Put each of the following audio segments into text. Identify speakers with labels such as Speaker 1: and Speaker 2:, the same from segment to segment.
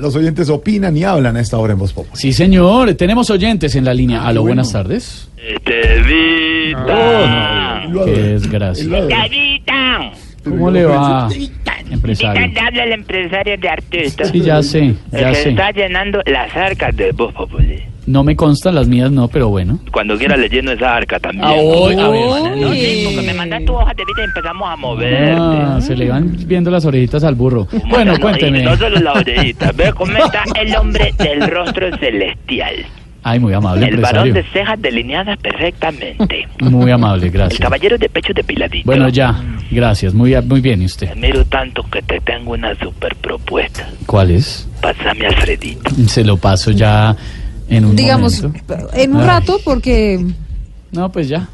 Speaker 1: los oyentes opinan y hablan a esta hora en Voz Populi.
Speaker 2: Sí, señor. Tenemos oyentes en la línea. Aló, buenas tardes.
Speaker 3: Eh, Estevita.
Speaker 1: Lo
Speaker 2: Qué
Speaker 1: adoro.
Speaker 2: desgracia.
Speaker 1: Lo adoro.
Speaker 3: Estevita.
Speaker 2: ¿Cómo le va, empresario?
Speaker 3: Están habla el empresario de artistas.
Speaker 2: Sí, ya sé,
Speaker 3: El
Speaker 2: ya
Speaker 3: que
Speaker 2: sé.
Speaker 3: está llenando las arcas de Voz Populi.
Speaker 2: No me constan las mías, no, pero bueno.
Speaker 3: Cuando quiera le lleno esa arca también.
Speaker 2: Ah, hoy, a ver.
Speaker 3: No, sí, porque me mandas tu hoja de vida y empezamos a moverte.
Speaker 2: Ah, se le van viendo las orejitas al burro.
Speaker 3: Como
Speaker 2: Bueno,
Speaker 3: que no,
Speaker 2: cuénteme.
Speaker 3: y No solo la orejita. Ve cómo está el hombre del rostro celestial.
Speaker 2: Ay, muy amable,
Speaker 3: El varón de
Speaker 2: empresario.
Speaker 3: cejas delineadas perfectamente.
Speaker 2: Muy amable,
Speaker 3: El
Speaker 2: gracias.
Speaker 3: caballero de pecho depiladito.
Speaker 2: Bueno, ya, gracias. Muy, a- muy bien, ¿y usted?
Speaker 3: Te miro tanto que te tengo una super propuesta.
Speaker 2: ¿Cuál es?
Speaker 3: Pásame a Alfredito.
Speaker 2: Se lo paso ya en un
Speaker 4: digamos,
Speaker 2: momento.
Speaker 4: en un
Speaker 1: Ah.
Speaker 2: Ay.
Speaker 4: rato, porque
Speaker 2: No, pues ya.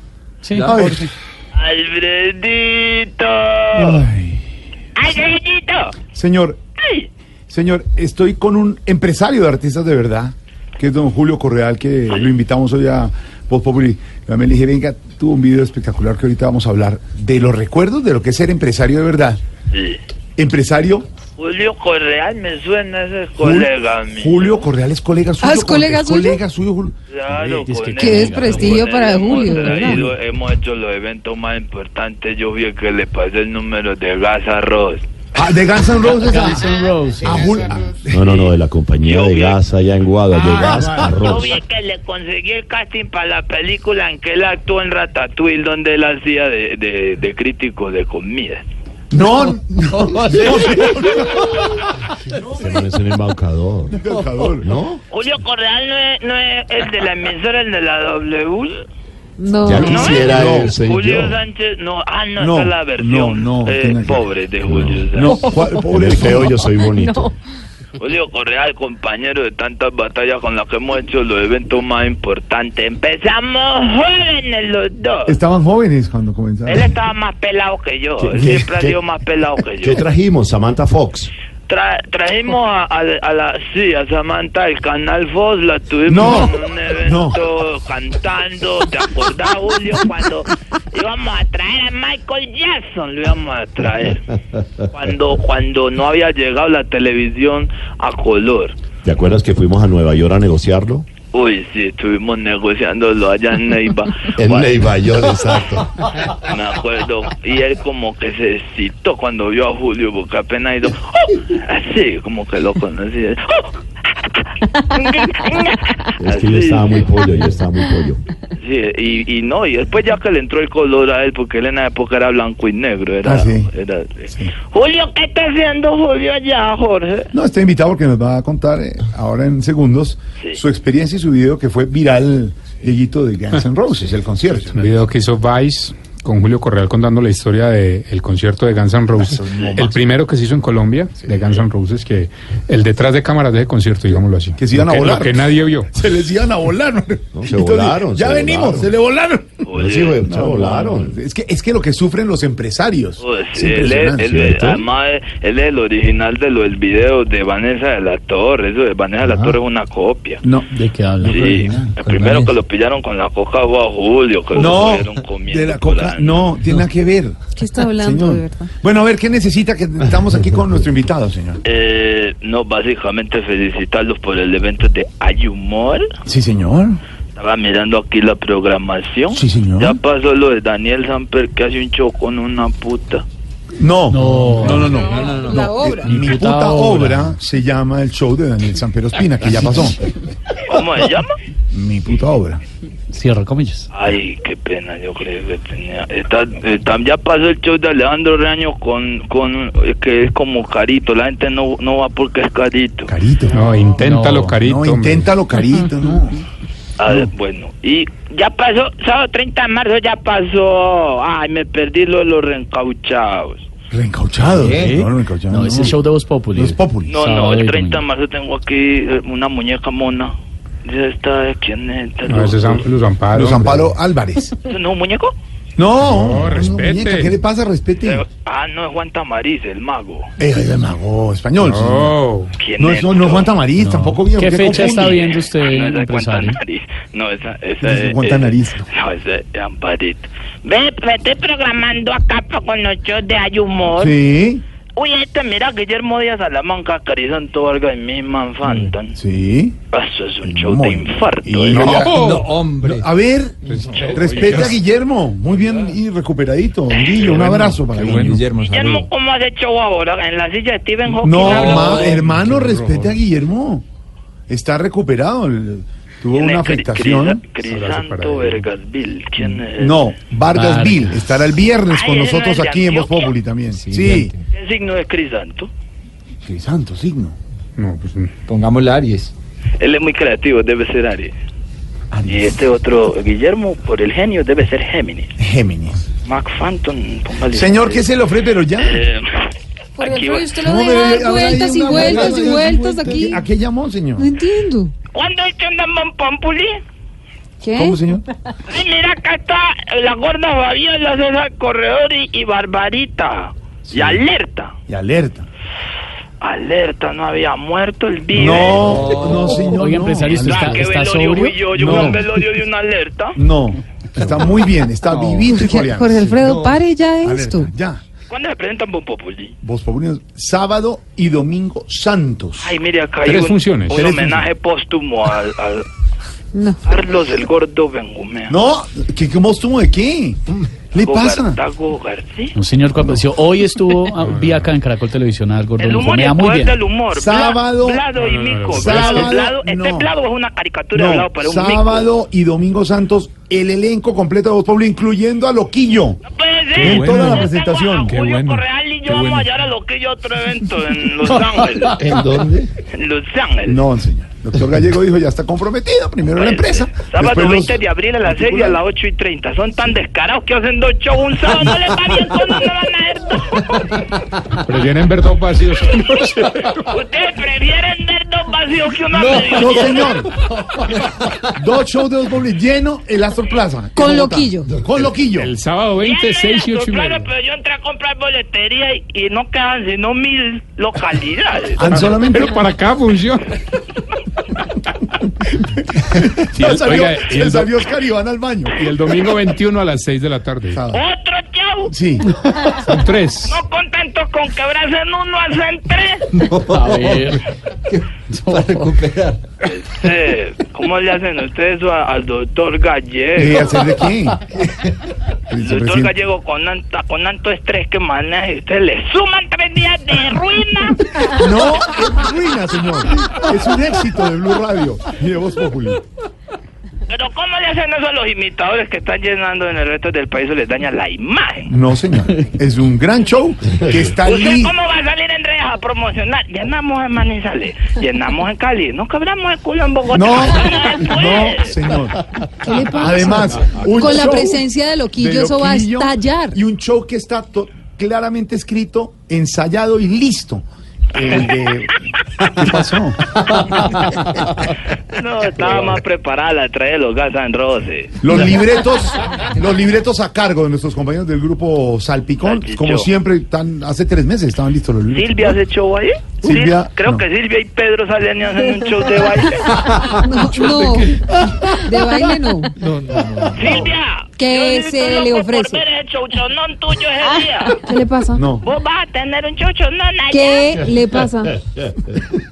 Speaker 2: Sí.
Speaker 1: Ay,
Speaker 3: ¡Alfredito!
Speaker 1: ay.
Speaker 3: ¡Alfredito!
Speaker 1: Señor,
Speaker 3: ¡Ay!
Speaker 1: señor, estoy con un empresario de artistas de verdad, que es don Julio Correal, que lo invitamos hoy a Voz Populi. Yo me le dije, venga, tuvo un video espectacular que ahorita vamos a hablar de los recuerdos de lo que es ser empresario de verdad.
Speaker 3: Sí.
Speaker 1: Empresario,
Speaker 3: Julio Correal me suena a ese
Speaker 1: Jul-
Speaker 3: colega mío.
Speaker 1: Julio Correal es colega suyo.
Speaker 4: Ah, ¿es
Speaker 1: Cor-
Speaker 4: colega suyo?
Speaker 1: colega suyo, Julio.
Speaker 3: Claro,
Speaker 2: Es que
Speaker 3: con
Speaker 2: qué
Speaker 3: él,
Speaker 4: desprestigio
Speaker 3: con él
Speaker 4: para
Speaker 3: hemos
Speaker 4: Julio,
Speaker 3: traído- hemos hecho los eventos más importantes. Yo vi que le pasé el número de gas a Ross.
Speaker 1: Ah, de Guns N' Roses.
Speaker 2: Guns N'
Speaker 1: a-
Speaker 2: Roses.
Speaker 1: a Jul- a-
Speaker 5: No, no, no, de la compañía
Speaker 3: Yo
Speaker 5: de
Speaker 3: vi-
Speaker 5: gas allá en Guada, de
Speaker 1: Ah,
Speaker 5: gas
Speaker 1: vale.
Speaker 3: Yo
Speaker 5: arroz.
Speaker 3: vi que le conseguí el casting para la película en que él actuó en Ratatouille, donde él hacía de, de, de crítico de comida.
Speaker 1: No, no,
Speaker 5: Este man es un embaucador.
Speaker 1: no.
Speaker 5: ¿No?
Speaker 3: Julio Correal no es, no es el de la emisora, el de la W.
Speaker 4: no.
Speaker 5: Ya
Speaker 3: ¿No
Speaker 5: quisiera
Speaker 1: no,
Speaker 5: él, señor.
Speaker 3: Julio Sánchez, no, ah, no,
Speaker 1: No,
Speaker 3: esa es la versión
Speaker 1: no, no,
Speaker 3: eh,
Speaker 1: tiene que-
Speaker 3: pobre de Julio Sánchez.
Speaker 1: No, Juan-
Speaker 5: En
Speaker 1: pobre
Speaker 5: el feo yo soy bonito.
Speaker 3: Julio Correal, compañero de tantas batallas con las que hemos hecho los eventos más importantes. Empezamos jóvenes los dos.
Speaker 1: Estaban jóvenes cuando comenzaron.
Speaker 3: Él estaba más pelado que yo,
Speaker 5: ¿Qué-
Speaker 3: él
Speaker 5: qué-
Speaker 3: siempre ha
Speaker 5: qué-
Speaker 3: sido más pelado que yo.
Speaker 5: ¿Qué trajimos? Samantha Fox.
Speaker 3: Tra- trajimos a, a- a la, sí, a Samantha del Canal Fox, la tuvimos
Speaker 1: No,
Speaker 3: en un evento cantando, ¿te acordás, Julio? Cuando íbamos a traer a Michael Jackson, lo íbamos a traer. Cuando, cuando no había llegado la televisión a color.
Speaker 5: ¿Te acuerdas que fuimos a Nueva York a negociarlo?
Speaker 3: Uy, sí, estuvimos negociándolo allá en Neiva.
Speaker 5: En Nueva York, exacto.
Speaker 3: Me acuerdo. Y él como que se excitó cuando vio a Julio, porque apenas hizo... ¡oh! Así, como que lo conocía. ¡oh!
Speaker 5: Es que yo estaba muy pollo, yo estaba muy pollo.
Speaker 3: Sí, y, y no, y después ya que le entró el color a él, porque él en la época era blanco y negro. Era,
Speaker 1: Ah, sí.
Speaker 3: era- Julio, ¿qué está haciendo Julio allá, Jorge?
Speaker 1: No, está invitado porque nos va a contar eh, ahora en segundos
Speaker 3: Sí.
Speaker 1: su experiencia y su video que fue viral, Dieguito, de Guns N' Roses, el concierto.
Speaker 6: Un video que hizo Vice con Julio Correal contando la historia del concierto de Guns N' Roses. El primero que se hizo en Colombia, de Guns N' Roses, que el detrás de cámaras de ese concierto, digámoslo así.
Speaker 1: Que se iban
Speaker 6: Lo
Speaker 1: a
Speaker 6: lo
Speaker 1: volar.
Speaker 6: que nadie vio.
Speaker 1: Se les iban a volar.
Speaker 5: No, se volaron,
Speaker 1: Ya
Speaker 5: se
Speaker 1: venimos,
Speaker 5: volaron.
Speaker 1: se le volaron.
Speaker 5: Los hijos de- se volaron.
Speaker 1: Es que, es que lo que sufren los empresarios.
Speaker 3: Pues,
Speaker 1: Es
Speaker 3: sí, él, es,
Speaker 1: impresionante.
Speaker 3: él es- además, él es el original de lo del video de Vanessa de la Torre. Eso de Vanessa de la Torre es una copia.
Speaker 2: No, ¿de qué habla?
Speaker 3: Sí,
Speaker 2: ¿Cuál
Speaker 3: el primero
Speaker 2: es?
Speaker 3: que lo pillaron con la coca fue a Julio, que lo
Speaker 1: No,
Speaker 3: cogieron Pues, comiendo
Speaker 1: de la
Speaker 3: por
Speaker 1: coca,
Speaker 3: ahí.
Speaker 1: no, tiene nada que ver.
Speaker 4: ¿Qué está hablando,
Speaker 1: Señor.
Speaker 4: de verdad?
Speaker 1: Bueno, a ver, ¿qué necesita que estamos aquí con nuestro invitado, señor?
Speaker 3: Eh, no, básicamente felicitarlos por el evento de Hay Humor.
Speaker 1: Sí, señor.
Speaker 3: Estaba mirando aquí la programación.
Speaker 1: Sí, señor.
Speaker 3: Ya pasó lo de Daniel Samper que hace un show con una puta.
Speaker 1: No,
Speaker 2: No.
Speaker 1: no, no. no.
Speaker 4: La
Speaker 1: No,
Speaker 4: obra.
Speaker 1: eh, mi puta, obra. se llama el show de Daniel Samper Ospina, que ya pasó.
Speaker 3: ¿Cómo se llama?
Speaker 1: mi puta obra.
Speaker 2: Cierra comillas.
Speaker 3: Ay, qué pena, yo creo que tenía. Está, está- ya pasó el show de Alejandro Reaño con, con eh, que es como carito. La gente no, no va porque es carito.
Speaker 1: Carito.
Speaker 6: No, inténtalo,
Speaker 2: No,
Speaker 6: carito.
Speaker 1: no,
Speaker 6: hombre.
Speaker 1: inténtalo, carito, no.
Speaker 3: Ah, Bueno, y ya pasó, sábado 30 de marzo ya pasó. Ay, me perdí lo de los reencauchados.
Speaker 1: Reencauchado.
Speaker 2: ¿Qué?
Speaker 1: Eh, No, reencauchado.
Speaker 2: No, es el show de Voz Populi.
Speaker 1: Los Populi.
Speaker 3: No,
Speaker 2: Sábado
Speaker 3: no,
Speaker 2: y
Speaker 3: el
Speaker 2: domingo.
Speaker 3: 30 de marzo tengo aquí eh, una muñeca mona. Dice, ¿Esta de quién es? Esta
Speaker 6: No, Ah, ese es Am- Luz Amparo.
Speaker 1: Los
Speaker 6: hombre.
Speaker 1: Amparo Álvarez.
Speaker 3: ¿Eso no es un muñeco?
Speaker 1: No, no,
Speaker 6: respete.
Speaker 1: muñeca, ¿Qué le pasa? Respete.
Speaker 3: Eh, ah, no, es Juan Tamariz, el mago.
Speaker 1: Eh, es de mago español. señor.
Speaker 6: No.
Speaker 3: ¿Quién
Speaker 1: No,
Speaker 3: es?
Speaker 1: no, no, Juan Tamariz,
Speaker 2: No.
Speaker 1: tampoco bien.
Speaker 2: ¿Qué fecha está
Speaker 1: confunde?
Speaker 2: viendo usted,
Speaker 3: Ah, no, esa es
Speaker 2: empresario?
Speaker 3: Guantanamari. No, esa, esa
Speaker 1: Ese es
Speaker 3: es. eh,
Speaker 1: Guantanamari.
Speaker 3: No, esa es Amparito. Ve, me estoy programando acá para con los shows de Hay Humor.
Speaker 1: Sí.
Speaker 3: Uy, este, mira, Guillermo Díaz Salamanca, Carisanto Vargas y Misman Phantom.
Speaker 1: Sí.
Speaker 3: Eso es un show
Speaker 1: Mm. Muy-
Speaker 3: de infarto.
Speaker 1: Y-
Speaker 3: ¿eh?
Speaker 1: No,
Speaker 7: No, hombre.
Speaker 1: A ver, respeta a Guillermo. Muy bien y recuperadito. Guillo, un abrazo para
Speaker 7: Qué
Speaker 1: Guillo.
Speaker 7: bueno. Guillermo,
Speaker 3: Guillermo,
Speaker 7: saludo.
Speaker 3: ¿cómo has hecho ahora? En la silla de Stephen Hawking.
Speaker 1: No,
Speaker 3: habla-
Speaker 1: ma- hermano,
Speaker 6: Qué
Speaker 1: respete
Speaker 6: horror.
Speaker 1: a Guillermo. Está recuperado. el- Tuvo
Speaker 3: ¿Quién
Speaker 1: una
Speaker 3: es Cri-
Speaker 1: afectación.
Speaker 3: Crisa-
Speaker 6: Abrazo para
Speaker 3: Crisanto
Speaker 6: él.
Speaker 3: Vergasvil. ¿Quién es?
Speaker 1: No, Vargas
Speaker 2: Vargas.
Speaker 1: Vil estará el viernes
Speaker 3: Ay,
Speaker 1: con
Speaker 3: ese no
Speaker 1: nosotros
Speaker 3: es de
Speaker 1: aquí en Voz
Speaker 3: Antioquia.
Speaker 1: Populi también. Sí.
Speaker 7: Siguiente.
Speaker 3: ¿Qué signo es Crisanto?
Speaker 1: Qué santo signo.
Speaker 6: No, pues mm,
Speaker 7: Pongámosle a Aries.
Speaker 3: Él es muy creativo, debe ser Aries. Y este otro, Guillermo, por el genio, debe ser Géminis.
Speaker 1: Géminis.
Speaker 3: Mac Phantom, póngale.
Speaker 1: Señor, ¿qué se le ofrece? Pero ya.
Speaker 3: Eh,
Speaker 4: Por
Speaker 3: aquí
Speaker 4: ejemplo,
Speaker 3: va-
Speaker 4: usted lo
Speaker 1: No,
Speaker 4: deja
Speaker 1: pero
Speaker 4: dar
Speaker 1: habrá
Speaker 4: vueltas
Speaker 1: ahí
Speaker 4: y
Speaker 1: una
Speaker 4: vueltas y
Speaker 1: vuelta,
Speaker 4: vueltas aquí.
Speaker 1: ¿A qué llamó, señor?
Speaker 4: No entiendo.
Speaker 3: ¿Cuándo es que andamos en Pampulí?
Speaker 4: ¿Qué?
Speaker 1: ¿Cómo, señor?
Speaker 3: Ay, mira, acá está la gorda Fabiola, César Corredor y, y Barbarita. Y alerta.
Speaker 1: Y alerta.
Speaker 3: Alerta, no había muerto el virus.
Speaker 1: No, no, señor.
Speaker 2: Oiga,
Speaker 1: no.
Speaker 2: empresario, ¿usted
Speaker 3: Ah,
Speaker 2: está,
Speaker 3: qué
Speaker 2: está
Speaker 3: velorio fui
Speaker 2: sobrio?
Speaker 3: yo, yo
Speaker 1: No.
Speaker 3: fui a un velorio de una alerta.
Speaker 1: No, está muy bien, está vivito y
Speaker 4: ¿Qué?
Speaker 1: coreano.
Speaker 4: Jorge Alfredo, pare ya
Speaker 1: Alerta,
Speaker 4: esto.
Speaker 1: Ya.
Speaker 3: ¿Cuándo se presentan Bon Populi?
Speaker 1: Voz Populi, sábado y domingo santos.
Speaker 3: Ay, mire, acá
Speaker 6: Tres
Speaker 3: un,
Speaker 6: funciones.
Speaker 3: un
Speaker 1: Tres
Speaker 3: homenaje póstumo al, al
Speaker 4: No.
Speaker 3: Carlos el Gordo Benjumea.
Speaker 1: No, ¿qué, qué monstruo de qué? ¿Le pasa?
Speaker 3: Gobertago García.
Speaker 2: Un señor que apareció. Hoy estuvo, ah, vi acá en Caracol Televisión al gordo.
Speaker 3: El
Speaker 2: Luis
Speaker 3: humor y
Speaker 2: Omea,
Speaker 3: el
Speaker 2: muy
Speaker 3: poder
Speaker 2: bien.
Speaker 3: del humor. Bla-
Speaker 1: Sábado-
Speaker 3: Blado y
Speaker 6: No, no, no, no.
Speaker 3: Mico.
Speaker 1: Sábado,
Speaker 3: Blado- este
Speaker 1: no.
Speaker 3: Blado es una caricatura de
Speaker 1: No,
Speaker 3: Blado para un Mico.
Speaker 1: sábado y domingo santos, el elenco completo de Voz Populi, incluyendo a Loquillo.
Speaker 3: No puede ser.
Speaker 1: En
Speaker 7: bueno.
Speaker 1: toda la
Speaker 7: Qué
Speaker 1: presentación.
Speaker 7: Qué
Speaker 3: Julio
Speaker 7: bueno.
Speaker 3: Correal y yo
Speaker 7: Qué
Speaker 3: vamos
Speaker 7: bueno.
Speaker 3: a llevar a Loquillo a otro evento en Los Ángeles.
Speaker 5: ¿En dónde?
Speaker 3: En Los Ángeles. Pues,
Speaker 1: No, señor. Doctor Gallego dijo, ya está comprometido. Primero la empresa.
Speaker 3: Sábado
Speaker 1: después los-
Speaker 3: 20 de abril a las 6 y a las 8 y 30. Son tan descarados que hacen dos shows un sábado. No les va bien con no van a ver
Speaker 6: Pero tienen verdad vacíos.
Speaker 3: dos. Ustedes prefieren ver dos vacíos que una medio
Speaker 1: No,
Speaker 3: llena.
Speaker 1: señor. Dos shows de Voz Populi lleno el Astor Plaza. en
Speaker 4: Con
Speaker 1: Bogotá.
Speaker 4: Loquillo.
Speaker 1: Con Loquillo.
Speaker 6: El sábado 20,
Speaker 3: Ya, ya,
Speaker 6: 6 y
Speaker 3: ya,
Speaker 6: 8 y
Speaker 3: claro,
Speaker 6: media.
Speaker 3: pero yo entré a comprar boletería y, y no quedan sino mil localidades.
Speaker 6: Ah,
Speaker 1: Han
Speaker 7: pues.
Speaker 1: solamente...
Speaker 6: Pero para acá funciona. Y
Speaker 1: Ya
Speaker 6: el-
Speaker 1: salió,
Speaker 6: oiga, y
Speaker 1: ya
Speaker 6: el do-
Speaker 1: salió Oscar Iván al baño.
Speaker 6: y el domingo 21 a las 6 de la tarde.
Speaker 1: Sábado.
Speaker 3: Otro chau.
Speaker 1: Sí.
Speaker 6: Son tres.
Speaker 3: No contentos con que abracen uno, hacen tres.
Speaker 2: A ver.
Speaker 7: Para recuperar.
Speaker 3: Eh, ¿Cómo le hacen ustedes eso a- al doctor
Speaker 1: ¿Y
Speaker 3: Gallego?
Speaker 1: hacer de qué?
Speaker 3: El doctor Gallego con, anta- con tanto estrés que maneja y ustedes le suman tres días de ruina.
Speaker 1: No, es ruina, señor. Es un éxito de Blue Radio y de Voz Populi.
Speaker 3: Pero ¿cómo le hacen eso a los imitadores que están llenando en el resto del país o les daña la imagen?
Speaker 1: No, señor. Es un gran show que está
Speaker 3: ¿Usted
Speaker 1: allí.
Speaker 3: cómo va a salir en redes a promocionar? Llenamos en Manizales, llenamos en Cali, no quebramos el culo en Bogotá. Pues.
Speaker 1: No,
Speaker 3: ¿Cómo se
Speaker 1: no,
Speaker 3: puede?
Speaker 1: señor.
Speaker 4: ¿Qué le pasa?
Speaker 1: Además, un
Speaker 4: Con la
Speaker 1: show
Speaker 4: presencia de Loquillo,
Speaker 1: de
Speaker 4: eso va a
Speaker 1: Loquillo
Speaker 4: estallar.
Speaker 1: Y un show que está to- claramente escrito, ensayado y listo. El de... ¿Qué pasó?
Speaker 3: No, estaba más preparada la trae de los gas San Rose.
Speaker 1: Los libretos, los libretos a cargo de nuestros compañeros del grupo Salpicón,
Speaker 3: Salchichón.
Speaker 1: como siempre, tan, hace tres meses estaban listos los libretos.
Speaker 3: ¿Silvia hace show ahí?
Speaker 1: Silvia,
Speaker 3: Sí, creo
Speaker 1: no.
Speaker 3: que Silvia y Pedro salen y hacen un show de baile.
Speaker 4: No, no. De baile no.
Speaker 7: No, no, no.
Speaker 3: Silvia,
Speaker 4: ¿Qué
Speaker 3: yo sí
Speaker 4: se
Speaker 3: estoy
Speaker 4: le
Speaker 3: loco
Speaker 4: ofrece? Ah.
Speaker 3: Por ver el chouchonón tuyo ese día.
Speaker 4: ¿Qué le pasa?
Speaker 1: No,
Speaker 3: Vos vas a tener un chouchonón allá.
Speaker 4: ¿Qué le pasa?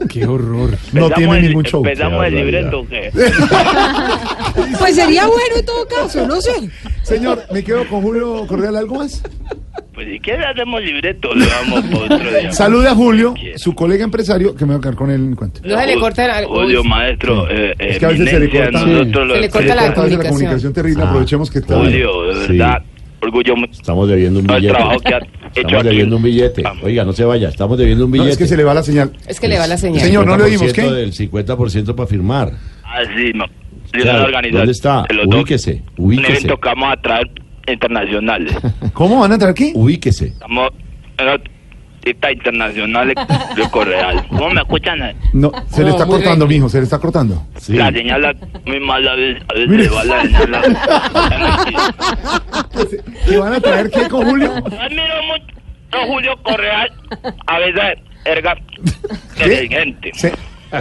Speaker 6: Qué horror.
Speaker 1: no
Speaker 3: Empezamos
Speaker 1: tiene
Speaker 3: el-
Speaker 1: ningún show.
Speaker 3: Empezamos el
Speaker 5: Qué
Speaker 3: libreto que.
Speaker 4: Pues sería bueno en todo caso, no sé.
Speaker 1: Señor, me quedo con Julio Cordial, ¿algo más?
Speaker 3: Pues si quieres hacemos libreto, lo vamos por otro día.
Speaker 1: Salude a Julio, su colega empresario, que me va a quedar con él en cuenta.
Speaker 8: No se le corta la-
Speaker 3: Odio, maestro. Eh,
Speaker 1: Es que a veces se le
Speaker 3: eminencia,
Speaker 1: corta-
Speaker 3: nosotros lo
Speaker 8: Se le corta la-
Speaker 1: Esta vez
Speaker 8: comunicación.
Speaker 1: comunicación terrible,
Speaker 5: Ah,
Speaker 1: aprovechemos que está.
Speaker 3: Julio, de
Speaker 5: Sí.
Speaker 3: verdad. Orgullo mu-
Speaker 5: Estamos debiendo un
Speaker 3: No, el
Speaker 5: billete.
Speaker 3: trabajo que ha hecho
Speaker 5: Estamos
Speaker 3: aquí.
Speaker 5: debiendo un billete.
Speaker 3: Vamos.
Speaker 5: Oiga, no se vaya, estamos debiendo un
Speaker 1: No,
Speaker 5: billete.
Speaker 1: es que se le va la señal.
Speaker 8: Es que le
Speaker 5: Pues,
Speaker 8: va la señal.
Speaker 1: Señor, no le oímos, ¿qué?
Speaker 5: 50% Del 50% para firmar.
Speaker 3: así, no. Yo
Speaker 5: Claro,
Speaker 3: la organización.
Speaker 5: ¿dónde está?
Speaker 3: Se lo doy.
Speaker 5: Ubíquese,
Speaker 3: Un
Speaker 5: ubíquese.
Speaker 3: evento que vamos a traer internacionales.
Speaker 1: ¿Cómo van a entrar aquí?
Speaker 5: Ubíquese.
Speaker 3: Estamos en artistas internacionales de Correal. ¿Cómo me escuchan? eh?
Speaker 1: No, se le está
Speaker 8: muy
Speaker 1: cortando, mijo, se le está cortando.
Speaker 5: Sí.
Speaker 3: La señal es muy mala, a veces, a veces
Speaker 1: Mire.
Speaker 3: le va la señal.
Speaker 1: ¿Que van a traer qué con Julio?
Speaker 3: Admiro mucho a Julio Correal, a veces erga
Speaker 1: ¿Qué?
Speaker 3: inteligente.
Speaker 1: Se-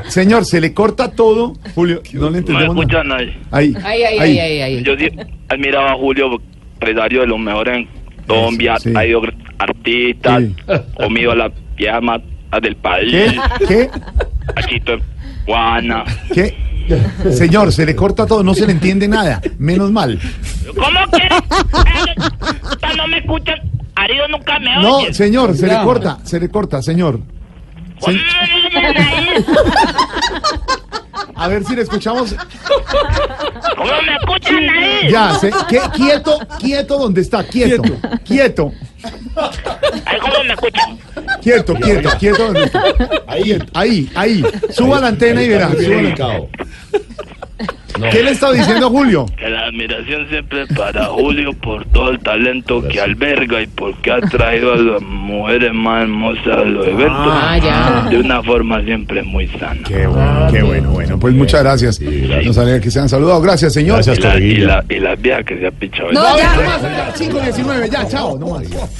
Speaker 1: señor, se le corta todo. Julio, no le
Speaker 3: No me
Speaker 1: entendemos nada.
Speaker 3: escuchan ahí.
Speaker 1: Ahí,
Speaker 8: Ahí, ahí, ahí, ahí. ahí.
Speaker 3: Yo sí admiraba a Julio, empresario de los mejores en Colombia,
Speaker 1: Sí.
Speaker 3: ha ido gr- artistas,
Speaker 1: Sí.
Speaker 3: comido a las viejas más del país,
Speaker 1: ¿Qué? ¿Qué?
Speaker 3: Paquito en Juana.
Speaker 1: ¿Qué? Señor, se le corta todo, no se le entiende nada. Menos mal.
Speaker 3: ¿Cómo quieres? Eh, no me escuchas, Arido nunca me
Speaker 1: No,
Speaker 3: oyes.
Speaker 1: señor, se le
Speaker 2: No.
Speaker 1: corta, se le corta, señor.
Speaker 3: ¿Cómo me oyes?
Speaker 1: A ver si le escuchamos.
Speaker 3: ¿Cómo me escuchas, nadie?
Speaker 1: Ya, se- ¿qué? quieto, quieto donde está, quieto, quieto,
Speaker 3: Ay, ¿Cómo me escuchas?
Speaker 1: quieto, quieto, quieto donde está.
Speaker 5: Ahí.
Speaker 1: Ahí, ahí. Suba la antena y verá.
Speaker 5: Está muy
Speaker 1: suba
Speaker 5: bien
Speaker 1: la-
Speaker 5: ubicado. No.
Speaker 1: ¿Qué le está diciendo Julio?
Speaker 3: Que la admiración siempre es para Julio por todo el talento que alberga y porque ha traído a las mujeres más hermosas a los eventos
Speaker 4: Ah, ya.
Speaker 3: de una forma siempre muy sana.
Speaker 1: Qué bueno, qué bueno, bueno. Pues muchas gracias. Nos alegra que se han saludado. Gracias, señor.
Speaker 5: Gracias.
Speaker 3: Y la, y la, y la vieja que se ha pichado.
Speaker 4: No, ya.
Speaker 1: No más, 5.19, ya, chao. No más.